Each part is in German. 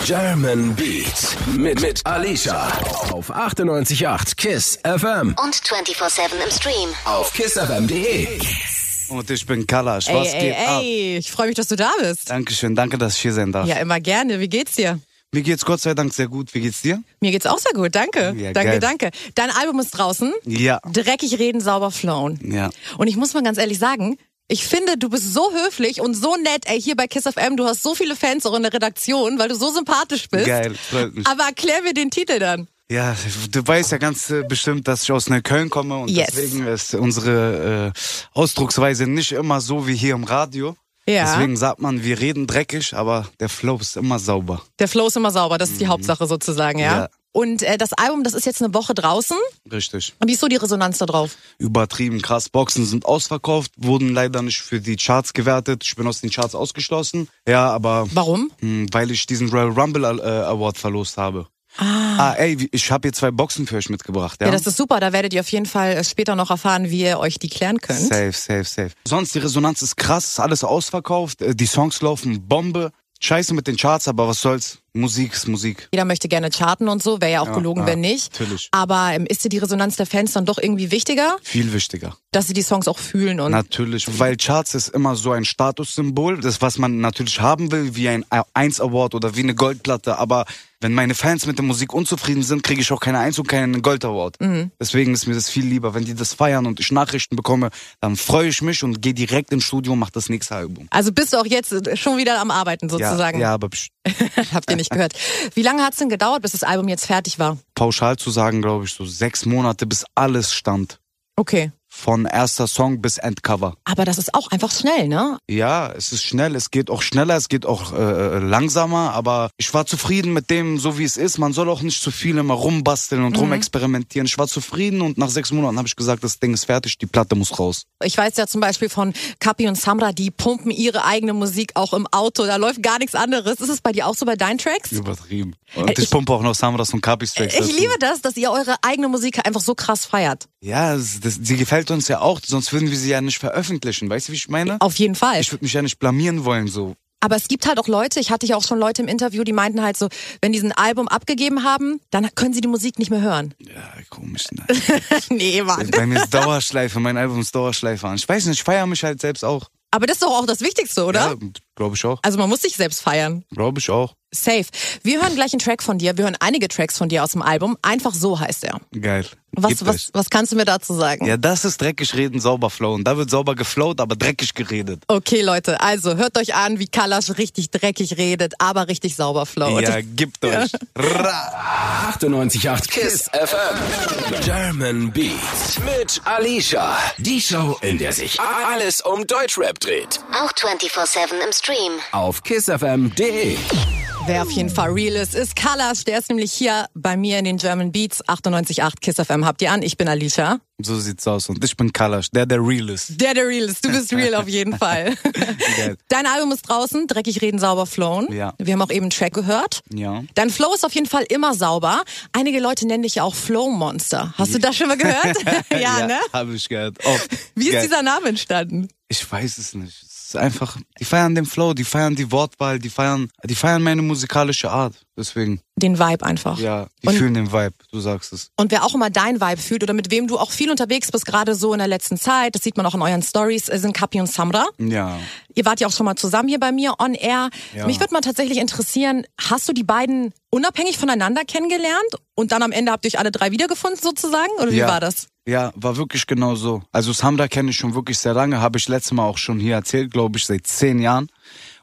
German Beats mit, mit Alicia auf 98.8 KISS FM und 24-7 im Stream. auf kissfm.de. Und ich bin Kalash. Ey, Was ey, geht ab? ey, ich freue mich, dass du da bist. Dankeschön, danke, dass ich hier sein darf. Ja, immer gerne. Wie geht's dir? Mir geht's Gott sei Dank sehr gut. Wie geht's dir? Mir geht's auch sehr gut, danke. Ja, danke, geil. danke. Dein Album ist draußen. Ja. Dreckig reden, sauber flown. Ja. Und ich muss mal ganz ehrlich sagen, ich finde, du bist so höflich und so nett, ey, hier bei Kiss FM. Du hast so viele Fans auch in der Redaktion, weil du so sympathisch bist. Geil, freut mich. Aber erklär mir den Titel dann. Ja, du weißt ja ganz äh, bestimmt, dass ich aus Neukölln komme und Yes. deswegen ist unsere äh, Ausdrucksweise nicht immer so wie hier im Radio. Ja. Deswegen sagt man, wir reden dreckig, aber der Flow ist immer sauber. Der Flow ist immer sauber, das ist die Hauptsache sozusagen, ja? Mhm. Ja. Und äh, das Album, das ist jetzt eine Woche draußen. Richtig. Und wie ist so die Resonanz da drauf? Übertrieben krass. Boxen sind ausverkauft, wurden leider nicht für die Charts gewertet. Ich bin aus den Charts ausgeschlossen. Ja, aber Warum? Hm, Weil ich diesen Royal Rumble äh, Award verlost habe. Ah, ey, wie- ich habe hier zwei Boxen für euch mitgebracht. Ja, Ja, das ist super. Da werdet ihr auf jeden Fall äh, später noch erfahren, wie ihr euch die klären könnt. safe, safe, safe. Sonst die Resonanz ist krass, ist alles ausverkauft, äh, die Songs laufen Bombe. Scheiße mit den Charts, aber was soll's? Musik ist Musik. Jeder möchte gerne charten und so. Wäre ja auch gelogen, ja, wenn nicht. natürlich. Aber ähm, ist dir die Resonanz der Fans dann doch irgendwie wichtiger, Viel wichtiger. dass sie die Songs auch fühlen und Natürlich, weil Charts ist immer so ein Statussymbol, das was man natürlich haben will, wie ein Eins Award oder wie eine Goldplatte, aber wenn meine Fans mit der Musik unzufrieden sind, kriege ich auch keine Eins und keinen Gold Award. Deswegen ist mir das viel lieber, wenn die das feiern und ich Nachrichten bekomme, dann freue ich mich und gehe direkt ins Studio und mache das nächste Album. also bist du auch jetzt schon wieder am Arbeiten sozusagen. Ja, ja, aber psch, Habt ihr nicht gehört. Wie lange hat's denn gedauert, bis das Album jetzt fertig war? pauschal zu sagen, glaube ich, so sechs Monate, bis alles stand. Okay. Von erster Song bis Endcover. Aber das ist auch einfach schnell, ne? Ja, es ist schnell, es geht auch schneller, es geht auch äh, langsamer, aber ich war zufrieden mit dem, so wie es ist. Man soll auch nicht zu viel immer rumbasteln Mhm. und rumexperimentieren. Ich war zufrieden und nach sechs Monaten habe ich gesagt, das Ding ist fertig, die Platte muss raus. Ich weiß ja zum Beispiel von Kapi und Samra, die pumpen ihre eigene Musik auch im Auto. Da läuft gar nichts anderes. Ist es bei dir auch so bei deinen Tracks? Übertrieben. Und Äh, ich, ich- Äh, pumpe auch noch Samras und Kapis Tracks. Ich dazu. liebe das, dass ihr eure eigene Musik einfach so krass feiert. Ja, das, das, sie gefällt uns ja auch, sonst würden wir sie ja nicht veröffentlichen. Weißt du, wie ich meine? Auf jeden Fall. Ich würde mich ja nicht blamieren wollen, so. Aber es gibt halt auch Leute, ich hatte ja auch schon Leute im Interview, die meinten halt so, wenn die ein Album abgegeben haben, dann können sie die Musik nicht mehr hören. Ja, komisch. Ne? nee, Mann. Bei mir ist Dauerschleife, mein Album ist Dauerschleife an. Ich weiß nicht, ich feiere mich halt selbst auch. Aber das ist doch auch das Wichtigste, oder? Ja, glaube ich auch. Also man muss sich selbst feiern. Glaube ich auch. Safe. Wir hören gleich einen Track von dir. Wir hören einige Tracks von dir aus dem Album. Einfach so heißt er. Geil. Was, Gibt was, euch. was kannst du mir dazu sagen? Ja, das ist dreckig reden, sauber flowen. Da wird sauber geflowt, aber dreckig geredet. Okay, Leute, also hört euch an, wie Kalasch richtig dreckig redet, aber richtig sauber flowt. Ja, gibt euch. Ra. 98.8 KISS FM. German Beats mit Alicia. Die Show, in der sich a- alles um Deutschrap dreht. Auch 24-7 im Stream. Auf kissfm.de. Wer auf jeden Fall real ist, ist Kalasch. Der ist nämlich hier bei mir in den German Beats. 98.8 Kiss FM habt ihr an. Ich bin Alicia. So sieht's aus. Und ich bin Kalash, der der real ist. Der, der real ist. Du bist real auf jeden Fall. Geil. Dein Album ist draußen. Dreckig reden, sauber flown. Ja. Wir haben auch eben einen Track gehört. Ja. Dein Flow ist auf jeden Fall immer sauber. Einige Leute nennen dich ja auch Flow Monster. Hast du das schon mal gehört? ja, ne? Hab ich gehört. Oft. Wie ist Geil. dieser Name entstanden? Ich weiß es nicht. Es ist einfach, die feiern den Flow, die feiern die Wortwahl, die feiern, die feiern meine musikalische Art. Deswegen, Den Vibe einfach. ja, die Und, fühlen den Vibe. Du sagst es. und wer auch immer dein Vibe fühlt oder mit wem du auch viel unterwegs bist, gerade so in der letzten Zeit, das sieht man auch in euren Stories, äh, sind Kapi und Samra. Ja. Ihr wart ja auch schon mal zusammen hier bei mir on air. Ja. Mich würde mal tatsächlich interessieren, hast du die beiden unabhängig voneinander kennengelernt und dann am Ende habt ihr euch alle drei wiedergefunden sozusagen? Oder wie ja. war das? Ja, war wirklich genau so. Also Samra kenne ich schon wirklich sehr lange, habe ich letztes Mal auch schon hier erzählt, glaube ich, seit zehn Jahren.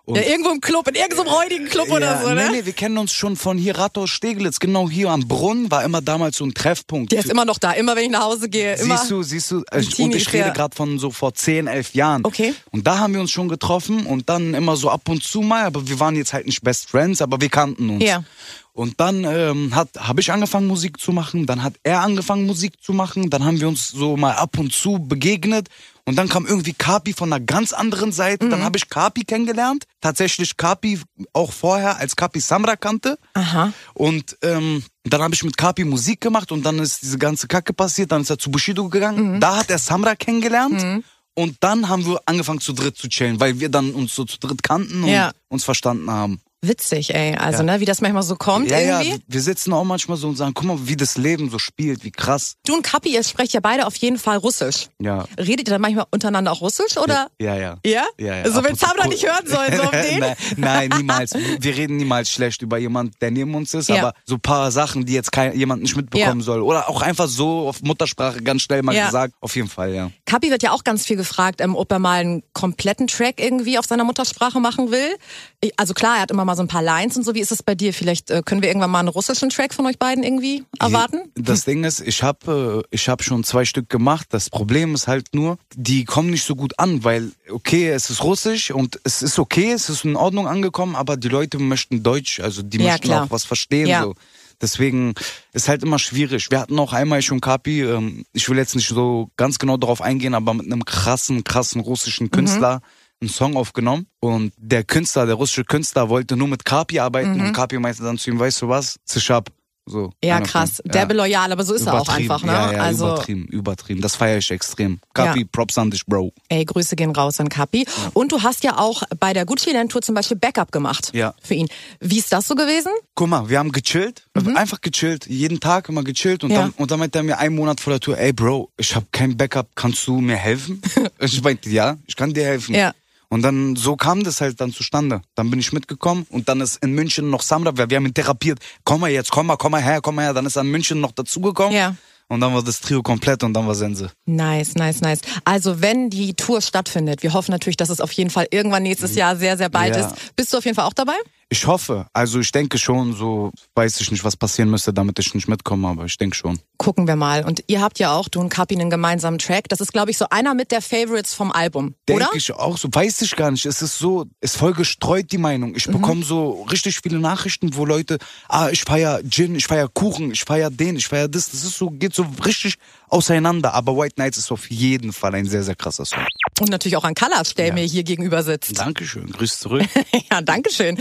Und Ja, irgendwo im Club, in irgendeinem räudigen Club oder Ja, so, ne? Nee, nee, wir kennen uns schon von hier Rathaus Steglitz, genau hier am Brunnen war immer damals so ein Treffpunkt. Der ist immer noch da, immer wenn ich nach Hause gehe. Immer. Siehst du, siehst du, äh, und Teenies, ich rede ja. gerade von so vor 10, 11 Jahren. Okay. Und da haben wir uns schon getroffen und dann immer so ab und zu mal, aber wir waren jetzt halt nicht Best Friends, aber wir kannten uns. Ja. Und dann ähm, hat habe ich angefangen Musik zu machen, dann hat er angefangen Musik zu machen, dann haben wir uns so mal ab und zu begegnet und dann kam irgendwie Kapi von einer ganz anderen Seite, Mhm. dann habe ich Kapi kennengelernt, tatsächlich Kapi auch vorher als Kapi Samra kannte. Aha. Und ähm, dann habe ich mit Kapi Musik gemacht und dann ist diese ganze Kacke passiert, dann ist er zu Bushido gegangen. Mhm. Da hat er Samra kennengelernt. Und dann haben wir angefangen zu dritt zu chillen, weil wir dann uns so zu dritt kannten und Ja. uns verstanden haben. Witzig, ey. Also, ne, wie das manchmal so kommt Ja, ja, irgendwie. wir sitzen auch manchmal so und sagen, guck mal, wie das Leben so spielt, wie krass. Du und Kapi, ihr sprecht ja beide auf jeden Fall Russisch. Ja. Redet ihr dann manchmal untereinander auch Russisch oder? Ja, ja. Ja? Ja, ja. Also, ab wenn und zu Zabra cool. nicht hören soll, so auf den. nein, nein, niemals. Wir reden niemals schlecht über jemanden, der neben uns ist, Ja. aber so ein paar Sachen, die jetzt kein, jemand nicht mitbekommen Ja. soll. Oder auch einfach so auf Muttersprache ganz schnell mal Ja. gesagt. Auf jeden Fall, ja. Kapi wird ja auch ganz viel gefragt, ähm, ob er mal einen kompletten Track irgendwie auf seiner Muttersprache machen will. Ich- Also klar, er hat immer mal so ein paar Lines und so. Wie ist es bei dir? Vielleicht äh, können wir irgendwann mal einen russischen Track von euch beiden irgendwie erwarten? Das Ding ist, ich habe ich hab schon zwei Stück gemacht. Das Problem ist halt nur, die kommen nicht so gut an, weil, okay, es ist russisch und es ist okay, es ist in Ordnung angekommen, aber die Leute möchten Deutsch, also die Ja, möchten klar. auch was verstehen. Ja. So. Deswegen ist halt immer schwierig. Wir hatten auch einmal schon Kapi, ähm, ich will jetzt nicht so ganz genau darauf eingehen, aber mit einem krassen, krassen Mhm. russischen Künstler einen Song aufgenommen und der Künstler, der russische Künstler wollte nur mit Kapi arbeiten und Kapi meinte dann zu ihm, weißt du was, C-Sharp. So, Mhm. Ja, einer von- krass. Derbe loyal, aber so ist er auch Übertrieben, einfach, ne? Ja, ja, also, übertrieben, übertrieben. Das feiere ich extrem. Kapi, Ja. Props an dich, Bro. ey, Grüße gehen raus an Kapi. Und du hast ja auch bei der Gucci Land Tour zum Beispiel Backup gemacht. Ja. Für ihn. Wie ist das so gewesen? Guck mal, wir haben gechillt, also einfach gechillt, jeden Tag immer gechillt und, Mhm. Ja. dann, und dann meinte er mir einen Monat vor der Tour, ey Bro, ich habe kein Backup, kannst du mir helfen? ich meinte, ja, ich kann dir helfen. Ja. Und dann, so kam das halt dann zustande. Dann bin ich mitgekommen und dann ist in München noch Samra, weil wir haben ihn therapiert, komm mal jetzt, komm mal, komm mal her, komm mal her. Dann ist er in München noch dazugekommen Ja. und dann war das Trio komplett und dann war Sense. Nice, nice, nice. Also wenn die Tour stattfindet, wir hoffen natürlich, dass es auf jeden Fall irgendwann nächstes Jahr sehr, sehr bald Mhm. Ja. ist. Bist du auf jeden Fall auch dabei? Ich hoffe. Also ich denke schon, so weiß ich nicht, was passieren müsste, damit ich nicht mitkomme, aber ich denke schon. Gucken wir mal. Und ihr habt ja auch, du und Kapi, einen gemeinsamen Track. Das ist, glaube ich, so einer mit der Favorites vom Album, Denke oder? ich auch so, weiß ich gar nicht. Es ist so, ist voll gestreut die Meinung. Ich bekomme so richtig viele Nachrichten, wo Leute, ah, ich feier Gin, ich feier Kuchen, ich feier den, ich feier das. Das ist so, geht so richtig auseinander. Aber White Nights ist auf jeden Fall ein sehr, sehr krasser Song. Und natürlich auch an Kalas, der mir hier gegenüber sitzt. Dankeschön, grüß zurück. ja, danke schön.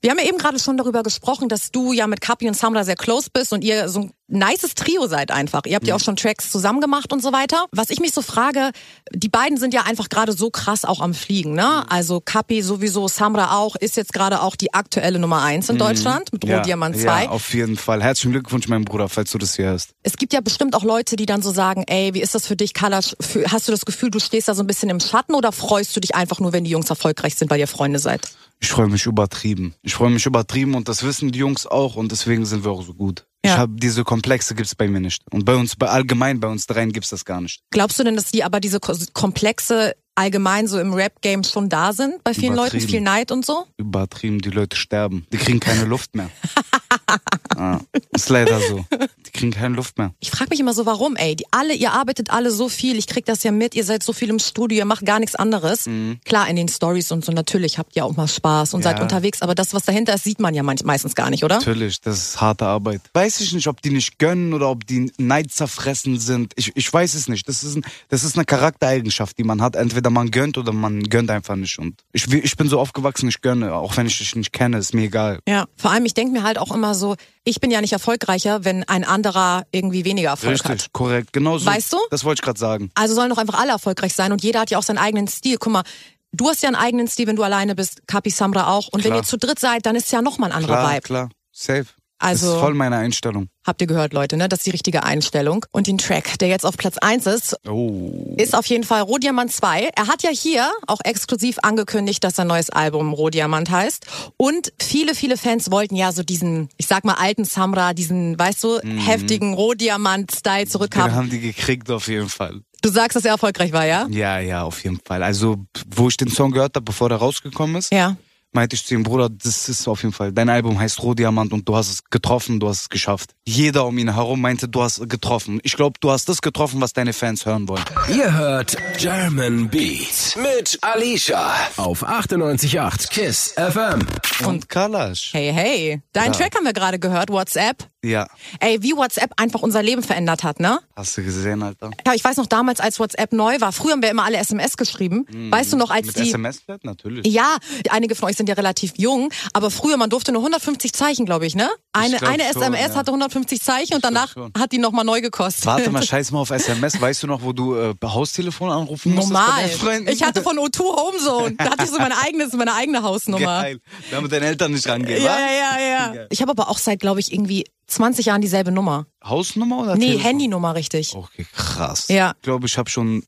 Wir haben ja eben gerade schon darüber gesprochen, dass du ja mit Kapi und Samra sehr close bist und ihr so ein nices Trio seid einfach. Ihr habt Mhm. ja auch schon Tracks zusammen gemacht und so weiter. Was ich mich so frage, die beiden sind ja einfach gerade so krass auch am Fliegen, Mhm. ne? Also Kapi sowieso, Samra auch, ist jetzt gerade auch die aktuelle Nummer eins in Deutschland mit Rohdiamant 2. Mhm. Ja, auf jeden Fall. Herzlichen Glückwunsch, mein Bruder, falls du das hier hörst. Es gibt ja bestimmt auch Leute, die dann so sagen, ey, wie ist das für dich, Kalasch? Fü- Hast du das Gefühl, du stehst da so ein bisschen im Schatten oder freust du dich einfach nur, wenn die Jungs erfolgreich sind, weil ihr Freunde seid? Ich freue mich übertrieben. Ich freue mich übertrieben und das wissen die Jungs auch und deswegen sind wir auch so gut. Ja. Ich habe diese Komplexe gibt's bei mir nicht und bei uns bei allgemein bei uns dreien gibt's das gar nicht. Glaubst du denn, dass die aber diese Ko- Komplexe allgemein so im Rap-Game schon da sind bei vielen Leuten? Übertrieben. Viel Neid und so? Übertrieben, die Leute sterben, die kriegen keine Luft mehr. ah, ist leider so. Die kriegen keine Luft mehr. Ich frage mich immer so, warum, ey? Die alle, ihr arbeitet alle so viel, ich krieg das ja mit, ihr seid so viel im Studio, ihr macht gar nichts anderes. Klar, in den Stories und so, natürlich habt ihr auch mal Spaß und Mhm. Ja. seid unterwegs, aber das, was dahinter ist, sieht man ja manch- meistens gar nicht, oder? Natürlich, das ist harte Arbeit. Weiß ich nicht, ob die nicht gönnen oder ob die Neid zerfressen sind. Ich, ich weiß es nicht. Das ist, ein, das ist eine Charaktereigenschaft, die man hat. Entweder man gönnt oder man gönnt einfach nicht. Und ich, will- ich bin so aufgewachsen, ich gönne. Auch wenn ich dich nicht kenne, ist mir egal. Ja, vor allem, ich denk mir halt auch immer so, ich bin ja nicht erfolgreicher, wenn ein anderer irgendwie weniger Erfolg hat. Richtig, korrekt. Genau so. Weißt du? Das wollte ich gerade sagen. Also sollen doch einfach alle erfolgreich sein und jeder hat ja auch seinen eigenen Stil. Guck mal, du hast ja einen eigenen Stil, wenn du alleine bist, Kapi Samra auch. Und wenn Klar. ihr zu dritt seid, dann ist ja nochmal ein anderer Klar, Vibe. klar. Safe. Also- das ist voll meine Einstellung. Habt ihr gehört, Leute, ne? Das ist die richtige Einstellung. Und den Track, der jetzt auf Platz eins ist, Oh. ist auf jeden Fall Rohdiamant 2. Er hat ja hier auch exklusiv angekündigt, dass sein neues Album Rohdiamant heißt. Und viele, viele Fans wollten ja so diesen, ich sag mal, alten Samra, diesen, weißt du, Mhm. heftigen Rohdiamant-Style Den zurückhaben. haben die gekriegt auf jeden Fall. Du sagst, dass er erfolgreich war, ja? Ja, ja, auf jeden Fall. Also, wo ich den Song gehört habe, bevor der rausgekommen ist, Ja. meinte ich zu ihm, Bruder, das ist auf jeden Fall, dein Album heißt Rohdiamant und du hast es getroffen, du hast es geschafft. Jeder um ihn herum meinte, du hast getroffen. Ich glaube, du hast das getroffen, was deine Fans hören wollen. Ihr hört German Beat mit Alicia auf 98.8 KISS FM. Und Kalash. Hey, hey. Deinen Track haben wir gerade gehört, WhatsApp. Ja. Ey, wie WhatsApp einfach unser Leben verändert hat, ne? Hast du gesehen, Alter? Ja, Ich weiß noch damals, als WhatsApp neu war, früher haben wir immer alle SMS geschrieben. Weißt du noch, als Mhm. Mit die... SMS-Chat? Natürlich. Ja, einige von euch sind ja relativ jung, aber früher, man durfte nur 150 Zeichen, glaube ich, ne? Eine, glaub eine schon, SMS ja. hatte 150 Zeichen und glaub danach schon. hat die nochmal neu gekostet. Warte mal, scheiß mal auf SMS. Weißt du noch, wo du äh, Haustelefon anrufen musstest? bei Normal. deinen Freunden? Ich hatte von O2 Homezone. Da hatte ich so meine eigene, so meine eigene Hausnummer. Geil. Damit deine Eltern nicht rangehen, Ja, wa? ja, ja, ja. Ich habe aber auch seit, glaube ich, irgendwie 20 Jahren dieselbe Nummer. Hausnummer oder Nee, Telefon? Handynummer richtig. Okay, krass. Ja. Ich glaube, ich habe schon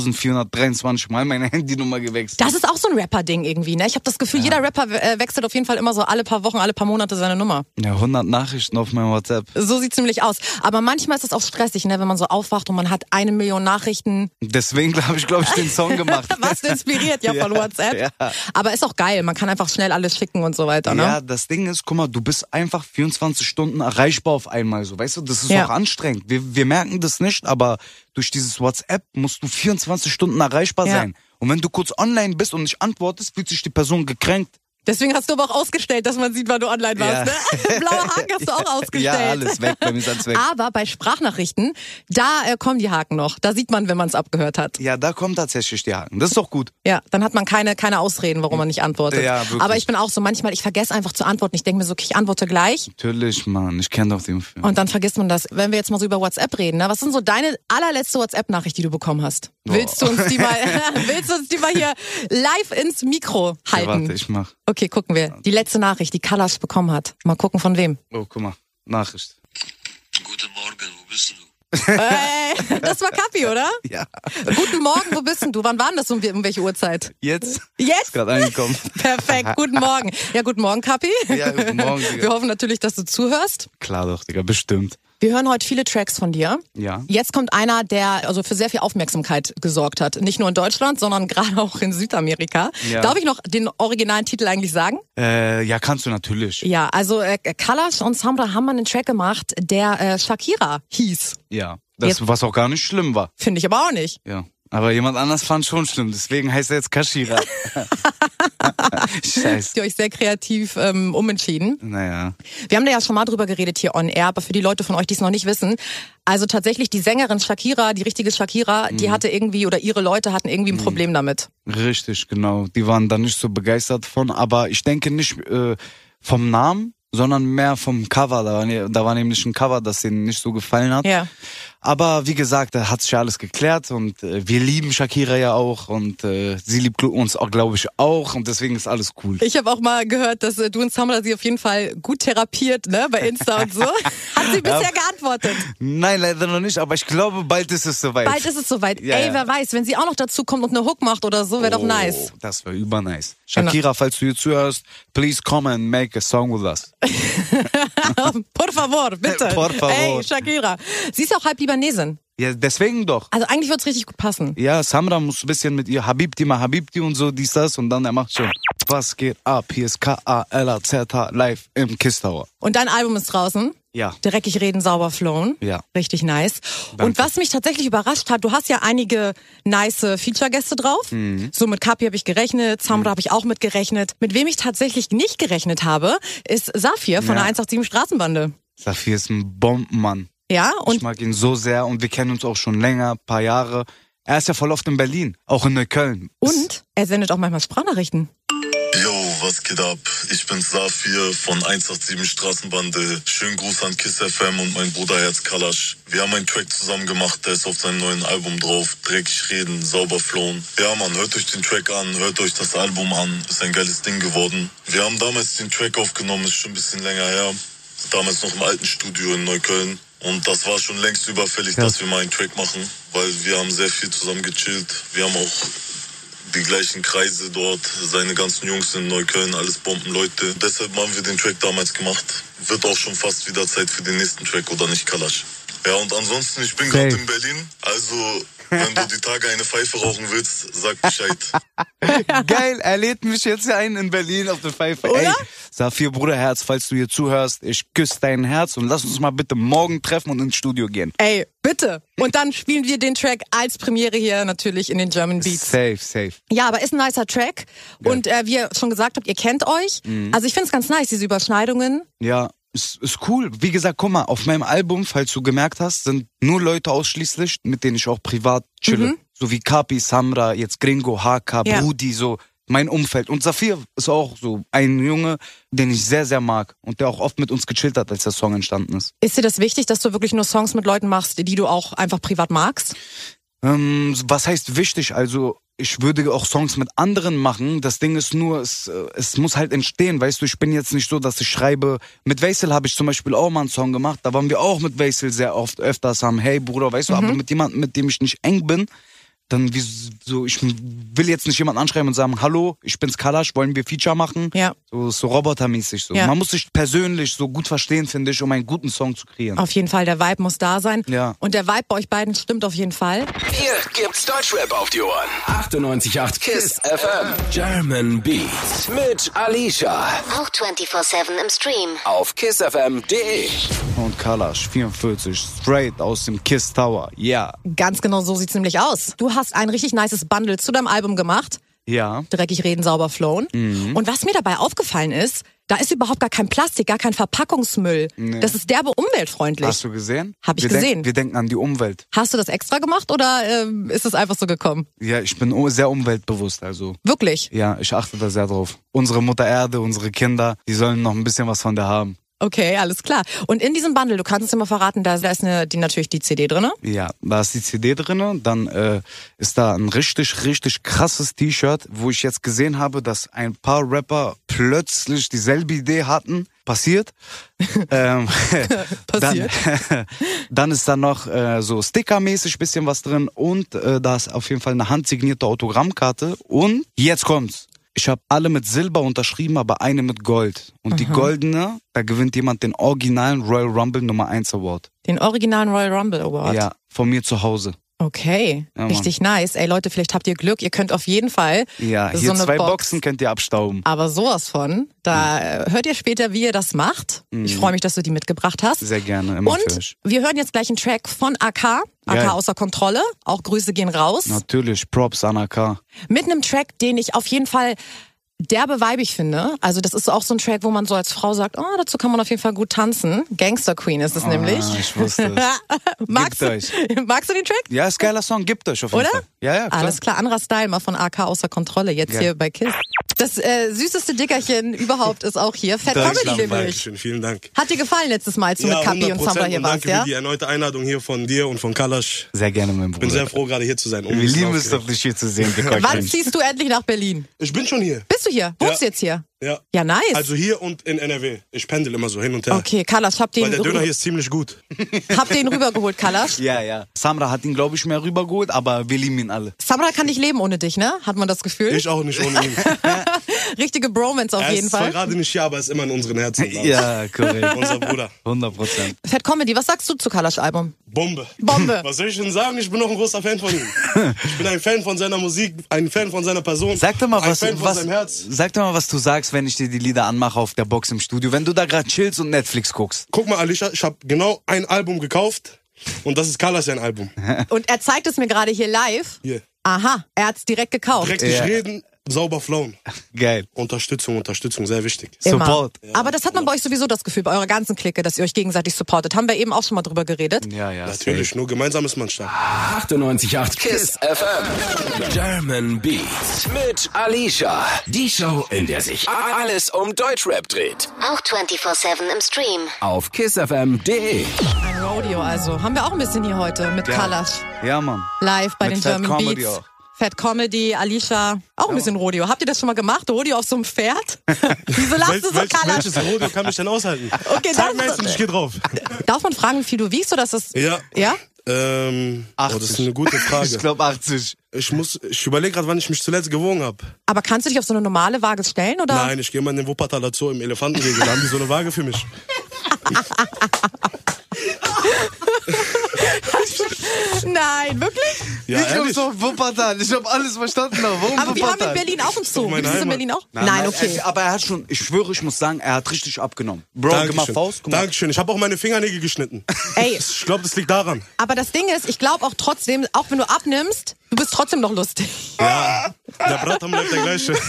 7423 Mal meine Handynummer gewechselt. Das ist auch so ein Rapper-Ding irgendwie, ne? Ich habe das Gefühl, jeder Rapper äh, wechselt auf jeden Fall immer so alle paar Wochen, alle paar Monate seine Nummer. ja, 100 Nachrichten auf meinem WhatsApp. So sieht's nämlich aus. Aber manchmal ist das auch stressig, ne? Wenn man so aufwacht und man hat eine Million Nachrichten. Deswegen habe ich, glaube ich, den Song gemacht. Warst du inspiriert, ja, von Ja, WhatsApp. ja. Aber ist auch geil. Man kann einfach schnell alles schicken und so weiter, ne? Ja, das Ding ist, guck mal, du bist einfach 24 Stunden erreichbar auf einmal. So, weißt du, das ist Ja. auch anstrengend. Wir, wir merken das nicht, aber durch dieses WhatsApp musst du 24 Stunden erreichbar Ja. sein. Und wenn du kurz online bist und nicht antwortest, fühlt sich die Person gekränkt. Deswegen hast du aber auch ausgestellt, dass man sieht, wann du online warst. Ne? Blauer Haken hast du auch ausgestellt. Ja, alles weg, bei mir ist alles weg. Aber bei Sprachnachrichten, da äh, kommen die Haken noch. Da sieht man, wenn man es abgehört hat. Ja, da kommen tatsächlich die Haken. Das ist doch gut. Ja, dann hat man keine, keine Ausreden, warum man nicht antwortet. Ja, wirklich. aber ich bin auch so manchmal, ich vergesse einfach zu antworten. Ich denke mir so, okay, ich antworte gleich. Natürlich, Mann. Ich kenne doch den Film. Und dann vergisst man das. Wenn wir jetzt mal so über WhatsApp reden, ne? was sind so deine allerletzte WhatsApp-Nachricht, die du bekommen hast? Willst du uns die mal, willst du uns die mal hier live ins Mikro Ja, halten? warte, ich mach. Okay, gucken wir. Die letzte Nachricht, die Kalasch bekommen hat. Mal gucken, von wem. Oh, guck mal. Nachricht. Guten Morgen, wo bist du? Ey, das war Kapi, oder? Ja. Guten Morgen, wo bist denn du? Wann waren das und um welche Uhrzeit? Jetzt? Jetzt? Ist gerade angekommen. Perfekt, guten Morgen. Ja, guten Morgen, Kapi. Ja, guten Morgen, Digga. Wir hoffen natürlich, dass du zuhörst. Klar doch, Digga, bestimmt. Wir hören heute viele Tracks von dir. Ja. Jetzt kommt einer, der also für sehr viel Aufmerksamkeit gesorgt hat. Nicht nur in Deutschland, sondern gerade auch in Südamerika. Ja. Darf ich noch den originalen Titel eigentlich sagen? Äh, ja, kannst du natürlich. Ja, also äh, Kalash und Samra haben einen Track gemacht, der äh, Shakira hieß. Ja. Das, was auch gar nicht schlimm war. Finde ich aber auch nicht. Ja. Aber jemand anders fand schon schlimm, deswegen heißt er jetzt Kashira. Scheiße. Habt ihr euch sehr kreativ ähm, umentschieden. Naja. Wir haben da ja schon mal drüber geredet hier on air, aber für die Leute von euch, die es noch nicht wissen, also tatsächlich die Sängerin Shakira, die richtige Shakira, die hatte irgendwie oder ihre Leute hatten irgendwie ein Problem damit. Richtig, genau. Die waren da nicht so begeistert von, aber ich denke nicht äh, vom Namen, sondern mehr vom Cover. Da war, da war nämlich ein Cover, das denen nicht so gefallen hat. Ja. Aber wie gesagt, da hat sich ja alles geklärt und äh, wir lieben Shakira ja auch und äh, sie liebt uns auch, glaube ich, auch und deswegen ist alles cool. Ich habe auch mal gehört, dass äh, du und Samra sie auf jeden Fall gut therapiert, ne, bei Insta und so. Hat sie bisher geantwortet. Nein, leider noch nicht, aber ich glaube, bald ist es soweit. Bald ist es soweit. Ja, Ey, ja. wer weiß, wenn sie auch noch dazu kommt und eine Hook macht oder so, wäre doch nice. Genau. Oh, Das wäre übernice. Shakira, falls du hier zuhörst, please come and make a song with us. Por favor, bitte. Por favor. Ey, Shakira. Sie ist ja auch halb Libanesin. Ja, deswegen doch. Also eigentlich wird's richtig gut passen. Ja, Samra muss ein bisschen mit ihr Habibti mal Habibti und so, dies, das und dann er macht schon. Was geht ab? Hier ist K-A-L-A-Z-H live im Kiss Tower. Und dein Album ist draußen. Ja. Dreckig reden, sauber flown. Ja. Richtig nice. Und Danke. was mich tatsächlich überrascht hat, du hast ja einige nice äh, Feature-Gäste drauf. Mhm. So mit Kapi habe ich gerechnet, Samra habe ich auch mitgerechnet. Mit wem ich tatsächlich nicht gerechnet habe, ist Safir von Ja. der 187 Straßenbande. Safir ist ein Bombenmann. Ja, und ich mag ihn so sehr und wir kennen uns auch schon länger, ein paar Jahre. Er ist ja voll oft in Berlin, auch in Neukölln. Und er sendet auch manchmal Sprachnachrichten. Yo, was geht ab? Ich bin Safir von 187 Straßenbande. Schönen Gruß an Kiss FM und mein Bruder Herz Kalasch. Wir haben einen Track zusammen gemacht, der ist auf seinem neuen Album drauf. Dreckig reden, sauber flown. Ja, Mann, hört euch den Track an, hört euch das Album an. Ist ein geiles Ding geworden. Wir haben damals den Track aufgenommen, ist schon ein bisschen länger her. Damals noch im alten Studio in Neukölln. Und das war schon längst überfällig, dass wir mal einen Track machen, weil wir haben sehr viel zusammen gechillt. Wir haben auch die gleichen Kreise dort, seine ganzen Jungs in Neukölln, alles Bombenleute. Deshalb haben wir den Track damals gemacht. Wird auch schon fast wieder Zeit für den nächsten Track, oder nicht, Kalasch? Ja, und ansonsten, ich bin gerade Safe. in Berlin. Also, wenn du die Tage eine Pfeife rauchen willst, sag Bescheid. Geil, er lädt mich jetzt hier ein in Berlin auf der Pfeife. Ey, Safir Bruderherz, falls du hier zuhörst, ich küsse dein Herz und lass uns mal bitte morgen treffen und ins Studio gehen. Ey, bitte. Und dann spielen wir den Track als Premiere hier natürlich in den German Beats. Safe, safe. Ja, aber ist ein nicer Mhm. Track. Und äh, wie ihr schon gesagt habt, ihr kennt euch. Also ich find's ganz nice, diese Überschneidungen. Ja, Ist, ist cool. Wie gesagt, guck mal, auf meinem Album, falls du gemerkt hast, sind nur Leute ausschließlich, mit denen ich auch privat chille. So wie Kapi, Samra, jetzt Gringo, Haka, Ja. Brudi, so mein Umfeld. Und Saphir ist auch so ein Junge, den ich sehr, sehr mag und der auch oft mit uns gechillt hat, als der Song entstanden ist. Ist dir das wichtig, dass du wirklich nur Songs mit Leuten machst, die du auch einfach privat magst? Ähm, was heißt wichtig? Also ich würde auch Songs mit anderen machen. Das Ding ist nur, es, äh, es muss halt entstehen. Weißt du, ich bin jetzt nicht so, dass ich schreibe. Mit Weisel habe ich zum Beispiel auch mal einen Song gemacht. Da waren wir auch mit Weisel sehr oft öfters am Hey Bruder, weißt du, aber Mhm. mit jemandem, mit dem ich nicht eng bin, dann wie so, ich will jetzt nicht jemanden anschreiben und sagen, hallo, ich bin's Kalash, wollen wir Feature machen? Ja. So, so robotermäßig so. Ja. Man muss sich persönlich so gut verstehen, finde ich, um einen guten Song zu kreieren. Auf jeden Fall, der Vibe muss da sein. Ja. Und der Vibe bei euch beiden stimmt auf jeden Fall. Hier gibt's Deutschrap auf die Ohren. 98.8 KISS FM. German Beats mit Alicia Auch 24-7 im Stream. auf kissfm.de. und Kalash 44 straight aus dem Kiss Tower. Ja, Ganz genau so sieht's nämlich aus. Du hast ein richtig nices Bundle zu deinem Album gemacht. ja. dreckig reden, sauber flown. Mhm. Und was mir dabei aufgefallen ist, da ist überhaupt gar kein Plastik, gar kein Verpackungsmüll. Das ist derbe umweltfreundlich. Hast du gesehen? Hab ich wir gesehen. Denk, wir denken an die Umwelt. Hast du das extra gemacht oder ähm, ist es einfach so gekommen? Ja, ich bin u- sehr umweltbewusst, also. Wirklich? Ja, ich achte da sehr drauf. Unsere Mutter Erde, unsere Kinder, die sollen noch ein bisschen was von der haben. Okay, alles klar. Und in diesem Bundle, du kannst es immer verraten, da, da ist eine, die, natürlich die CD drinne. Ja, da ist die CD drinne, dann äh, ist da ein richtig, richtig krasses T-Shirt, wo ich jetzt gesehen habe, dass ein paar Rapper plötzlich dieselbe Idee hatten. Passiert. ähm, Passiert. Dann, dann ist da noch äh, so stickermäßig bisschen was drin und äh, da ist auf jeden Fall eine handsignierte Autogrammkarte. Und jetzt kommt's. Ich habe alle mit Silber unterschrieben, aber eine mit Gold. Und die goldene, da gewinnt jemand den originalen Royal Rumble Nummer 1 Award. Den originalen Royal Rumble Award. Ja, von mir zu Hause. Okay, Ja, Mann. richtig nice. Ey Leute, vielleicht habt ihr Glück, ihr könnt auf jeden Fall Ja, so hier eine zwei Box. Boxen Hm. könnt ihr abstauben. Aber sowas von, da äh, hört ihr später, wie ihr das macht. Ich freue mich, dass du die mitgebracht hast. Hm. Sehr gerne, immer für Und euch. wir hören jetzt gleich einen Track von AK, AK Geil. außer Kontrolle. Auch Grüße gehen raus. Natürlich, Props an AK. Mit einem Track, den ich auf jeden Fall derbe weibig finde. Also das ist auch so ein Track, wo man so als Frau sagt, oh, dazu kann man auf jeden Fall gut tanzen. Gangster Queen ist es nämlich. Ah, ich wusste es. magst, du, euch. magst du den Track? Ja, ist geiler Song, gibt euch auf jeden Oder? Fall. Ja, ja, klar. Alles klar, anderer Style, mal von AK außer Kontrolle, jetzt Ja. hier bei KISS. Das äh, süßeste Dickerchen überhaupt ist auch hier. Fat Deutschland Comedy nämlich. Dankeschön, vielen Dank. Hat dir gefallen letztes Mal, als du mit Kapi und 100% Samra hier warst, danke ja? für die erneute Einladung hier von dir und von Kalash. Sehr gerne, mein Bruder. Bin sehr froh, gerade hier zu sein. Wir lieben es Ungeschlafen. doch, dich hier zu sehen. Dicker Wann Kind. ziehst du endlich nach Berlin? Ich bin schon hier. Bist du hier? Wohnst du Ja. jetzt hier? Ja. Ja, nice. Also hier und in NRW. Ich pendel immer so hin und her. okay, Kalasch, hab den, Weil der Döner hier rü- ist ziemlich gut. hab den rübergeholt, Kalasch. Ja, ja. Samra hat ihn, glaube ich, mehr rübergeholt, aber wir lieben ihn alle. Samra kann nicht leben ohne dich, ne? Hat man das Gefühl? Ich auch nicht ohne ihn. Richtige Bromance auf er jeden ist zwar Fall. gerade nicht hier, aber ist immer in unseren Herzen. da. Ja, korrekt. Unser Bruder. 100 Prozent. Fat Comedy, was sagst du zu Kalasch Album? Bombe. Bombe. Was soll ich denn sagen? Ich bin noch ein großer Fan von ihm. Ich bin ein Fan von seiner Musik, ein Fan von seiner Person. Sag doch mal, ein was, Fan von was, seinem Herz. sag doch mal, was du sagst, wenn ich dir die Lieder anmache auf der Box im Studio, wenn du da gerade chillst und Netflix guckst. Guck mal, Alicia, ich habe genau ein Album gekauft und das ist Kalash sein Album. Und er zeigt es mir gerade hier live. Hier. Aha, er hat's direkt gekauft. Direkt nicht Ja. reden, sauber flown. Geil. Unterstützung, Unterstützung, sehr wichtig. Immer. Support. Aber das hat man bei euch sowieso das Gefühl, bei eurer ganzen Clique, dass ihr euch gegenseitig supportet. Haben wir eben auch schon mal drüber geredet. Ja, ja. Natürlich, nur gemeinsam ist man stark. 98.8 KISS FM. German Beats mit Alicia. Die Show, in der sich a- alles um Deutschrap dreht. Auch 24-7 im Stream. Auf kissfm.de. Ein Rodeo also. Haben wir auch ein bisschen hier heute mit Ja. Kalasch. Ja, Mann. Live bei Mit den Fat German Comedy Beats. auch. Fat Comedy, Alicia, auch ein bisschen Rodeo. Habt ihr das schon mal gemacht? Rodeo auf so einem Pferd? Wieso lachst du so, welches, Kalasch? welches Rodeo kann mich denn aushalten? Okay, Zeig das- mir jetzt und ich geh drauf. Darf man fragen, wie viel du wiegst oder ist das? Ja. Ja? Ähm, oh, das ist 80. eine gute Ich Frage. glaube 80. Ich, muss, ich überlege gerade, wann ich mich zuletzt gewogen habe. Aber kannst du dich auf so eine normale Waage stellen oder? Nein, ich gehe mal in den Wuppertaler Zoo im Elefantengehege. Da haben die so eine Waage für mich. Nein, wirklich? Ja, ich glaube ehrlich. so Wuppertal. Ich habe alles verstanden. aber Warum Aber wir haben in Wuppertal? Berlin auch einen Zoo. meine Gibt es in Heimat. Berlin auch? Nein, Nein, okay. Er, aber er hat schon, ich schwöre, ich muss sagen, er hat richtig abgenommen. Bro, geh mal Dankeschön. Faust, guck mal. Dankeschön. Ich habe auch meine Fingernägel geschnitten. Ey. Ich glaube, das liegt daran. Aber das Ding ist, ich glaube auch trotzdem, auch wenn du abnimmst, du bist trotzdem noch lustig. Ja. Der Bratham bleibt der gleiche.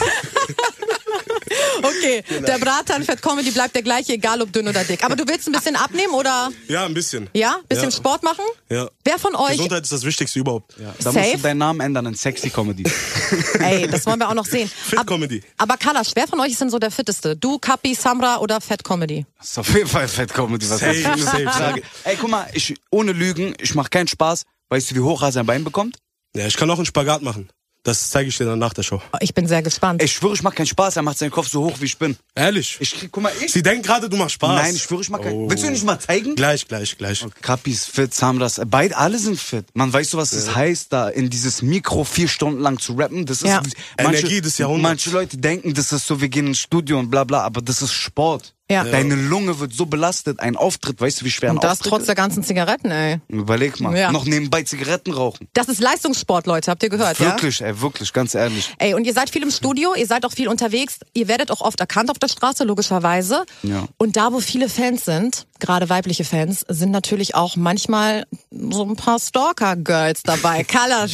Okay, der Bratan Fat Comedy bleibt der gleiche, egal ob dünn oder dick. Aber du willst ein bisschen abnehmen oder Ja, ein bisschen. ja, bisschen Ja. Sport machen? Ja. Wer von euch? Gesundheit ist das Wichtigste überhaupt. Da musst Safe? du deinen Namen ändern in Sexy Comedy. Ey, das wollen wir auch noch sehen. Fit Ab- Comedy. Aber Kalash, wer von euch ist denn so der fitteste? Du, Kapi, Samra oder Fat Comedy? Das ist auf jeden Fall Fat Comedy. Was Safe, ich für eine safe, Frage. Ey, guck mal, ich, ohne Lügen, ich mach keinen Spaß. Weißt du, wie hoch er sein Bein bekommt? Ja, ich kann auch einen Spagat machen. Das zeige ich dir dann nach der Show. Ich bin sehr gespannt. Ich schwöre, ich mach keinen Spaß. Er macht seinen Kopf so hoch, wie ich bin. Ehrlich? Ich krieg, guck mal, ich. Sie denken gerade, du machst Spaß. Nein, ich schwöre, ich mach keinen. Oh. Willst du nicht mal zeigen? Gleich, gleich, gleich. Kapis fit, Samras, äh, beide, alle sind fit. Man weiß so, was es heißt, da in dieses Mikro vier Stunden lang zu rappen. Das ist Ja. Energie des Jahrhunderts. Manche Leute denken, das ist so, wir gehen ins Studio und bla bla, aber das ist Sport. Ja. Deine Lunge wird so belastet. Ein Auftritt, weißt du, wie schwer ein Und das Auftritt trotz ist? der ganzen Zigaretten, ey. Überleg mal, Ja. noch nebenbei Zigaretten rauchen. Das ist Leistungssport, Leute, habt ihr gehört, ja? Wirklich, ey, wirklich, ganz ehrlich. Ey, und ihr seid viel im Studio, ihr seid auch viel unterwegs, ihr werdet auch oft erkannt auf der Straße, logischerweise. Ja. Und da, wo viele Fans sind, gerade weibliche Fans, sind natürlich auch manchmal so ein paar Stalker-Girls dabei. Kalasch,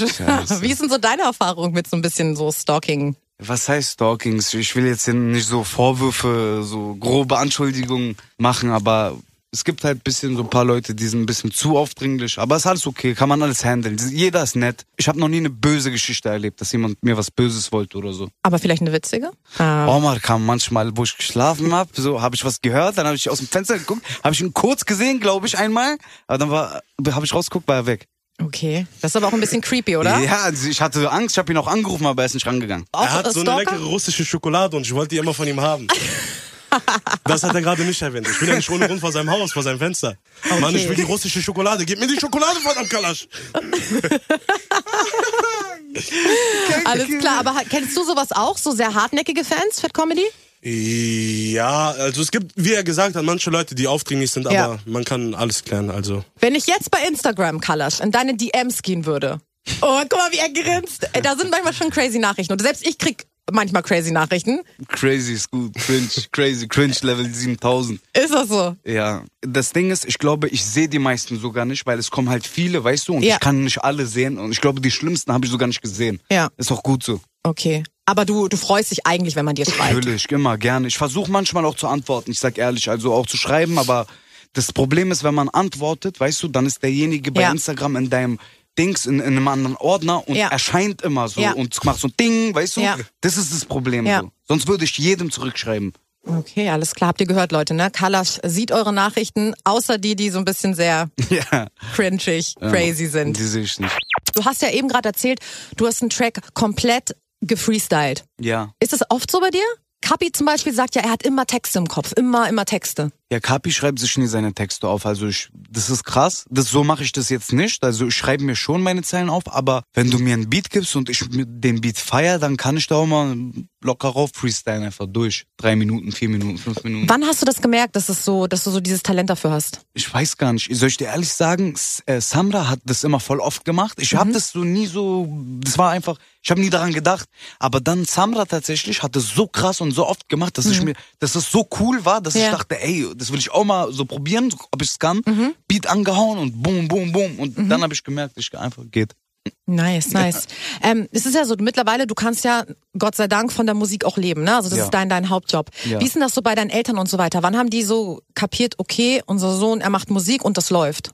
wie ist denn so deine Erfahrung mit so ein bisschen so Stalking? Was heißt Stalking? Ich will jetzt hier nicht so Vorwürfe, so grobe Anschuldigungen machen, aber es gibt halt ein bisschen so ein paar Leute, die sind ein bisschen zu aufdringlich. Aber ist alles okay, kann man alles handeln. Jeder ist nett. Ich habe noch nie eine böse Geschichte erlebt, dass jemand mir was Böses wollte oder so. Aber vielleicht eine witzige? Ähm, Omar kam manchmal, wo ich geschlafen hab, so habe ich was gehört, dann habe ich aus dem Fenster geguckt, habe ich ihn kurz gesehen, glaube ich, einmal. Aber dann war, habe ich rausgeguckt, war er weg. Okay. Das ist aber auch ein bisschen creepy, oder? Ja, also ich hatte Angst, ich habe ihn auch angerufen, aber er ist nicht rangegangen. Auch er hat äh, so eine leckere russische Schokolade und ich wollte die immer von ihm haben. Das hat er gerade nicht erwähnt. Ich bin ja nicht ohne Grund vor seinem Haus, vor seinem Fenster. Mann, ich will die russische Schokolade. Gib mir die Schokolade von am Kalasch. Alles klar, aber ha- kennst du sowas auch? So sehr hartnäckige Fans, Fat Comedy? Ja, also es gibt, wie er gesagt hat, manche Leute, die aufdringlich sind, aber Ja. man kann alles klären. Also Wenn ich jetzt bei Instagram, Kalasch, in deine DMs gehen würde. Oh, guck mal, wie er grinst. Äh, Da sind manchmal schon crazy Nachrichten. Und selbst ich krieg manchmal crazy Nachrichten. Crazy ist gut, cringe, crazy, cringe Level 7000. Ist das so? Ja, das Ding ist, ich glaube, ich sehe die meisten sogar nicht, weil es kommen halt viele, weißt du, und Ja. ich kann nicht alle sehen und ich glaube, die schlimmsten habe ich sogar nicht gesehen. Ja. Ist auch gut so. Okay. Aber du, du freust dich eigentlich, wenn man dir schreibt. Natürlich, immer gerne. Ich versuche manchmal auch zu antworten, ich sag ehrlich, also auch zu schreiben, aber das Problem ist, wenn man antwortet, weißt du, dann ist derjenige bei Ja. Instagram in deinem Dings in, in einem anderen Ordner und Ja. erscheint immer so Ja. und macht so ein Ding, weißt du? Ja. Das ist das Problem Ja. so. Sonst würde ich jedem zurückschreiben. Okay, alles klar. Habt ihr gehört, Leute, ne? Kalasch sieht eure Nachrichten, außer die, die so ein bisschen sehr ja. cringig, crazy sind. Die sehe ich nicht. Du hast ja eben gerade erzählt, du hast einen Track komplett gefreestylt. Ja. Ist das oft so bei dir? Kapi zum Beispiel sagt ja, er hat immer Texte im Kopf, immer, immer Texte. Ja, Kapi schreibt sich nie seine Texte auf. Also ich, das ist krass. Das, so mache ich das jetzt nicht. Also ich schreibe mir schon meine Zeilen auf, aber wenn du mir einen Beat gibst und ich mit dem Beat feier, dann kann ich da auch mal locker rauf freestylen einfach durch. Drei Minuten, vier Minuten, fünf Minuten. Wann hast du das gemerkt, dass es so, dass du so dieses Talent dafür hast? Ich weiß gar nicht. Soll ich dir ehrlich sagen, S äh, Samra hat das immer voll oft gemacht. Ich hab habe das so nie so, das war einfach, ich habe nie daran gedacht. Aber dann Samra tatsächlich hat das so krass und so oft gemacht, dass ich mir, dass das so cool war, dass ich Ja. dachte, ey, das will ich auch mal so probieren, so, ob ich es kann. Beat angehauen und boom, boom, boom. Und dann habe ich gemerkt, ich einfach geht. Nice, nice. Ähm, es ist ja so, mittlerweile, du kannst ja, Gott sei Dank, von der Musik auch leben, ne? Also das Ja. ist dein, dein Hauptjob. Ja. Wie ist denn das so bei deinen Eltern und so weiter? Wann haben die so kapiert, okay, unser Sohn, er macht Musik und das läuft?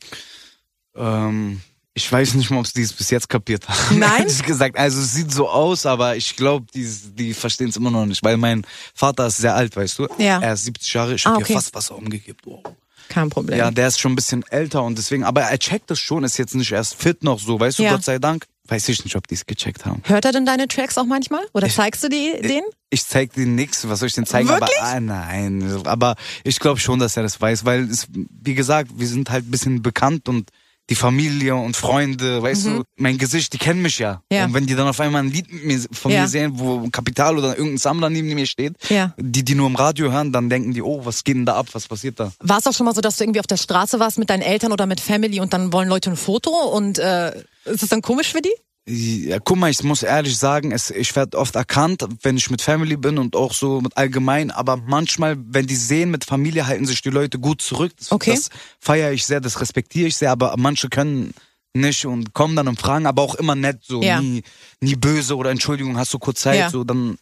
Ähm, ich weiß nicht mal, ob sie es bis jetzt kapiert haben. Nein? Ehrlich gesagt. Also es sieht so aus, aber ich glaube, die, die verstehen es immer noch nicht, weil mein Vater ist sehr alt, weißt du? Ja. Er ist 70 Jahre, ich habe Ah, okay. hier fast Wasser umgekippt. Wow. Kein Problem. Ja, der ist schon ein bisschen älter und deswegen, aber er checkt es schon, ist jetzt nicht erst fit noch so, weißt du, Ja. Gott sei Dank. Weiß ich nicht, ob die es gecheckt haben. Hört er denn deine Tracks auch manchmal? Oder zeigst du die den? Ich zeig dir nichts, was soll ich denn zeigen? Wirklich? Aber ah, nein, aber ich glaube schon, dass er das weiß, weil es, wie gesagt, wir sind halt ein bisschen bekannt und die Familie und Freunde, weißt du, mein Gesicht, die kennen mich ja. Mhm. Ja. Und wenn die dann auf einmal ein Lied mit mir, von Ja. mir sehen, wo Kapital oder irgendein Sammler neben mir steht, Ja. die, die nur im Radio hören, dann denken die, oh, was geht denn da ab, was passiert da? War es auch schon mal so, dass du irgendwie auf der Straße warst mit deinen Eltern oder mit Family und dann wollen Leute ein Foto und äh, ist das dann komisch für die? Ja, guck mal, ich muss ehrlich sagen, es, ich werde oft erkannt, wenn ich mit Family bin und auch so mit allgemein, aber manchmal, wenn die sehen, mit Familie halten sich die Leute gut zurück. Das, Okay. das feiere ich sehr, das respektiere ich sehr, aber manche können nicht und kommen dann und fragen, aber auch immer nett, so Ja. nie, nie böse oder Entschuldigung, hast du kurz Zeit, Ja. so dann,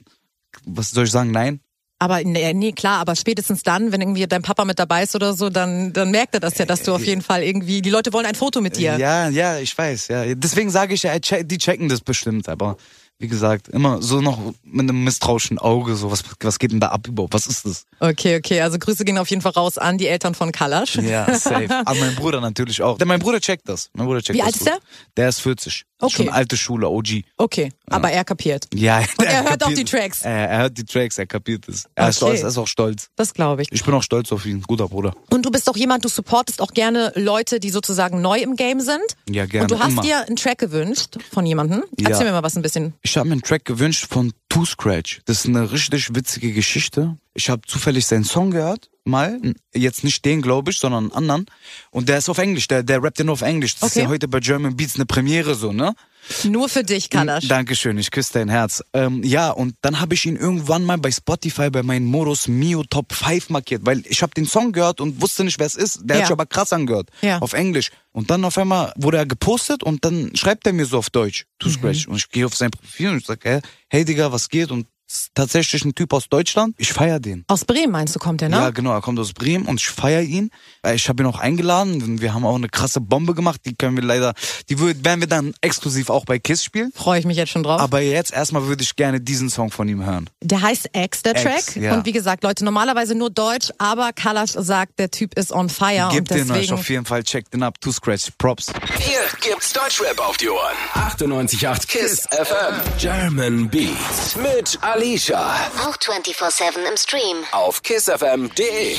was soll ich sagen, nein? Aber nee, nee, klar, aber spätestens dann, wenn irgendwie dein Papa mit dabei ist oder so, dann, dann merkt er das ja, dass du auf jeden Fall irgendwie, die Leute wollen ein Foto mit dir. Äh, Ja, ja, ich weiß. Ja. Deswegen sage ich ja, che- die checken das bestimmt, aber wie gesagt, immer so noch mit einem misstrauischen Auge, so was, was geht denn da ab überhaupt? Was ist das? Okay, okay, also Grüße gehen auf jeden Fall raus an die Eltern von Kalasch. Ja, safe. Aber mein Bruder natürlich auch. Denn mein Bruder checkt das. Mein Bruder checkt Wie das alt ist gut. er? Der ist 40. Okay. Schon alte Schule, OG. Okay, aber er kapiert. Ja, er hört auch kapiert die es. Tracks. Er, er hört die Tracks, er kapiert es. Er, ist, Okay. stolz, er ist auch stolz. Das glaube ich. Ich bin auch stolz auf ihn, guter Bruder. Und du bist auch jemand, du supportest auch gerne Leute, die sozusagen neu im Game sind. Ja, gerne, Und du hast immer. dir einen Track gewünscht von jemandem. Ja. Erzähl mir mal was ein bisschen. Ich habe mir einen Track gewünscht von Two Scratch. Das ist eine richtig witzige Geschichte. Ich habe zufällig seinen Song gehört, mal. Jetzt nicht den, glaube ich, sondern einen anderen. Und der ist auf Englisch, der, der rappt ja nur auf Englisch. Das ist Okay. ja heute bei German Beats eine Premiere so, ne? Nur für dich, Kalasch. Dankeschön, ich küsse dein Herz. Ähm, ja, und dann habe ich ihn irgendwann mal bei Spotify bei meinen Modus Mio Top 5 markiert, weil ich habe den Song gehört und wusste nicht, wer es ist. Der Ja. hat sich aber krass angehört, Ja. auf Englisch. Und dann auf einmal wurde er gepostet und dann schreibt er mir so auf Deutsch, Mhm. to scratch. Und ich gehe auf sein Profil und ich sage, hey Digga, was geht? Und es ist tatsächlich ein Typ aus Deutschland. Ich feier den. Aus Bremen meinst du, kommt der, ne? Ja, genau, er kommt aus Bremen und ich feiere ihn. Äh, Ich habe ihn auch eingeladen und wir haben auch eine krasse Bombe gemacht. Die können wir leider, die wür- werden wir dann exklusiv auch bei KISS spielen. Freue ich mich jetzt schon drauf. Aber jetzt erstmal würde ich gerne diesen Song von ihm hören. der heißt X, der X, Track. ja. Und wie gesagt, Leute, normalerweise nur Deutsch, aber Kalasch sagt, der Typ ist on fire. Gebt und den euch deswegen auf jeden Fall, checkt den ab. To Scratch, Props. Hier gibt's Deutschrap auf die Ohren. 98.8 KISS FM. German Beats. Mit Alicia. Auch 24-7 im Stream. Auf kissfm.de.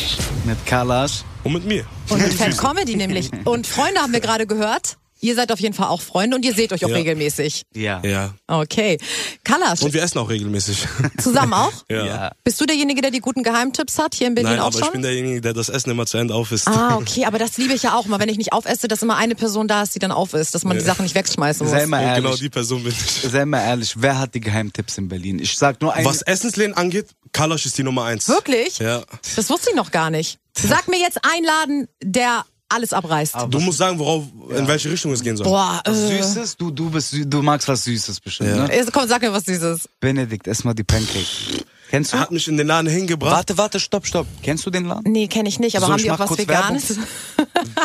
Mit Kalash. Und mit mir. Und mit Fan Comedy nämlich. Und Freunde haben wir gerade gehört. Ihr seid auf jeden Fall auch Freunde und ihr seht euch auch Ja. regelmäßig. Ja. Ja. Okay. Kalasch, Und wir essen auch regelmäßig. zusammen auch? Ja. Bist du derjenige, der die guten Geheimtipps hat hier in Berlin Nein, auch aber schon? ich bin derjenige, der das Essen immer zu Ende aufisst. ah, okay, aber das liebe ich ja auch mal, wenn ich nicht aufesse, dass immer eine Person da ist, die dann aufisst, dass man die Sachen nicht wegschmeißen muss. Sei mal Und ehrlich. genau die Person bin ich. Sei mal ehrlich, wer hat die Geheimtipps in Berlin? Ich sag nur einen. Was Essenslehnen angeht, Kalasch ist die Nummer eins. Wirklich? Ja. Das wusste ich noch gar nicht. Sag mir jetzt einen Laden, der alles abreißt. Du musst sagen, worauf, in welche Richtung es gehen soll. Boah, äh, Süßes? Du, du, bist, sü- du magst was Süßes bestimmt, ne? Jetzt komm, sag mir was Süßes. Benedikt, erstmal die Pancakes. Kennst du? Er hat mich in den Laden hingebracht. Warte, warte, stopp, stopp. Kennst du den Laden? Nee, kenne ich nicht, aber So, haben ich die auch mach was kurz Veganes?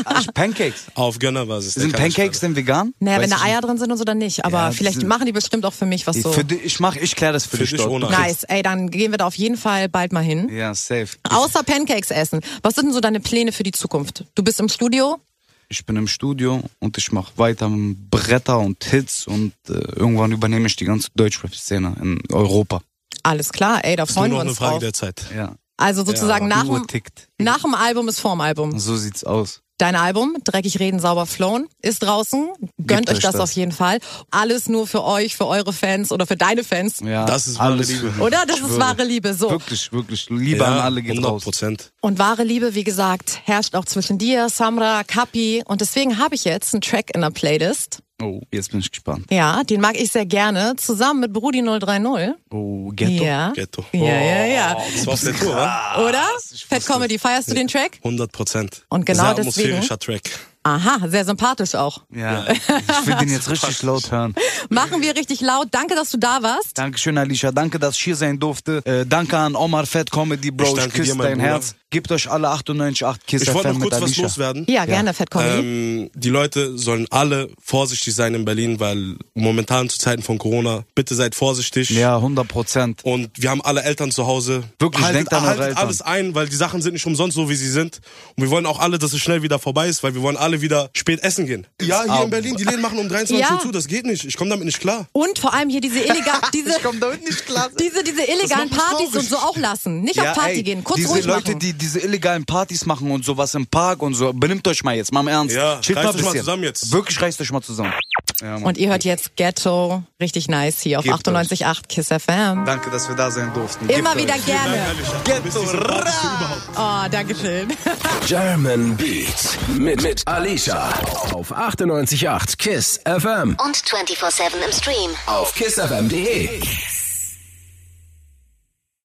Ach, Pancakes. Auf Gönnerbasis. der Sind Kalasch Pancakes gerade. denn vegan? Naja, wenn Weiß da ich Eier drin sind und so, dann nicht. Aber Ja, vielleicht das- machen die bestimmt auch für mich was nicht. so. Für dich, ich mach, ich klär das für, Für dich dich dort. ohne Du kriegst- Nice, ey, dann gehen wir da auf jeden Fall bald mal hin. Ja, safe. Außer Pancakes essen. Was sind denn so deine Pläne für die Zukunft? Du bist im Studio? Ich bin im Studio und ich mache weiter mit Bretter und Hits und äh, irgendwann übernehme ich die ganze Deutschrap-Szene in Europa. Alles klar, ey, da Nur freuen wir noch eine uns Frage drauf. der Zeit. Ja. Also sozusagen Ja, nach, die Uhr dem, tickt. nach dem Album ist vorm Album. So sieht's aus. Dein Album, Dreckig Reden, Sauber Flown, ist draußen. Gönnt Gebt euch euch das, das. auf jeden Fall. Alles nur für euch, für eure Fans oder für deine Fans. Ja, Das ist wahre Liebe. Oder? Das Ich ist schwöre. wahre Liebe. So. Wirklich, wirklich. Liebe an alle geht raus. Prozent. Und wahre Liebe, wie gesagt, herrscht auch zwischen dir, Samra, Kapi. Und deswegen habe ich jetzt einen Track in der Playlist. Oh, jetzt bin ich gespannt. Ja, den mag ich sehr gerne. Zusammen mit Brudi 030. Oh, Ghetto. Ja. Ghetto. Ja, ja, ja. Das war auf der Tour, wa? Oh, Oder? Fat Comedy, feierst du den Track? 100 Prozent. Und genau Sehr deswegen- atmosphärischer Track. Aha, sehr sympathisch auch. Ja. Ich will den jetzt richtig laut hören. Machen wir richtig laut. Danke, dass du da warst. Dankeschön, Alicia. Danke, dass ich hier sein durfte. Äh, danke an Omar Fett Comedy, Bro. Ich Ich, danke küsse dir, mein dein Bruder. Herz. Gebt euch alle 98,8 Kiss Ich wollte FM noch mit kurz was Alicia. loswerden. Ja, gerne, Fat Comedy. Ähm, die Leute sollen alle vorsichtig sein in Berlin, weil momentan zu Zeiten von Corona, bitte seid vorsichtig. Ja, 100 Prozent. Und wir haben alle Eltern zu Hause. Wirklich, haltet, denkt an eure haltet Eltern. alles ein, weil die Sachen sind nicht umsonst so, wie sie sind. Und wir wollen auch alle, dass es schnell wieder vorbei ist, weil wir wollen alle wieder spät essen gehen. Ja, hier in Berlin, die Läden machen um 23 Ja. Uhr zu, das geht nicht. Ich komme damit nicht klar. Und vor allem hier diese illegal, diese, damit nicht klar. diese, diese illegalen macht mich Partys und traurig. so auch lassen. Nicht auf Party ey, gehen, kurz diese ruhig Leute, machen. die diese illegalen Partys machen und sowas im Park und so, benimmt euch mal jetzt, mal im Ernst. Ja, Chillt mal reißt ein euch mal bisschen. zusammen jetzt. Wirklich reißt euch mal zusammen. Ja, Mann. und ihr hört jetzt Ghetto, richtig nice hier auf Gebt euch. 98.8 Kiss FM. Danke, dass wir da sein durften. Immer Gebt wieder euch. gerne. Ghetto. Oh, danke schön. German Beats. Mit, mit Alicia. Auf 98.8 KISS FM. Und 24-7 im Stream. Auf kissfm.de.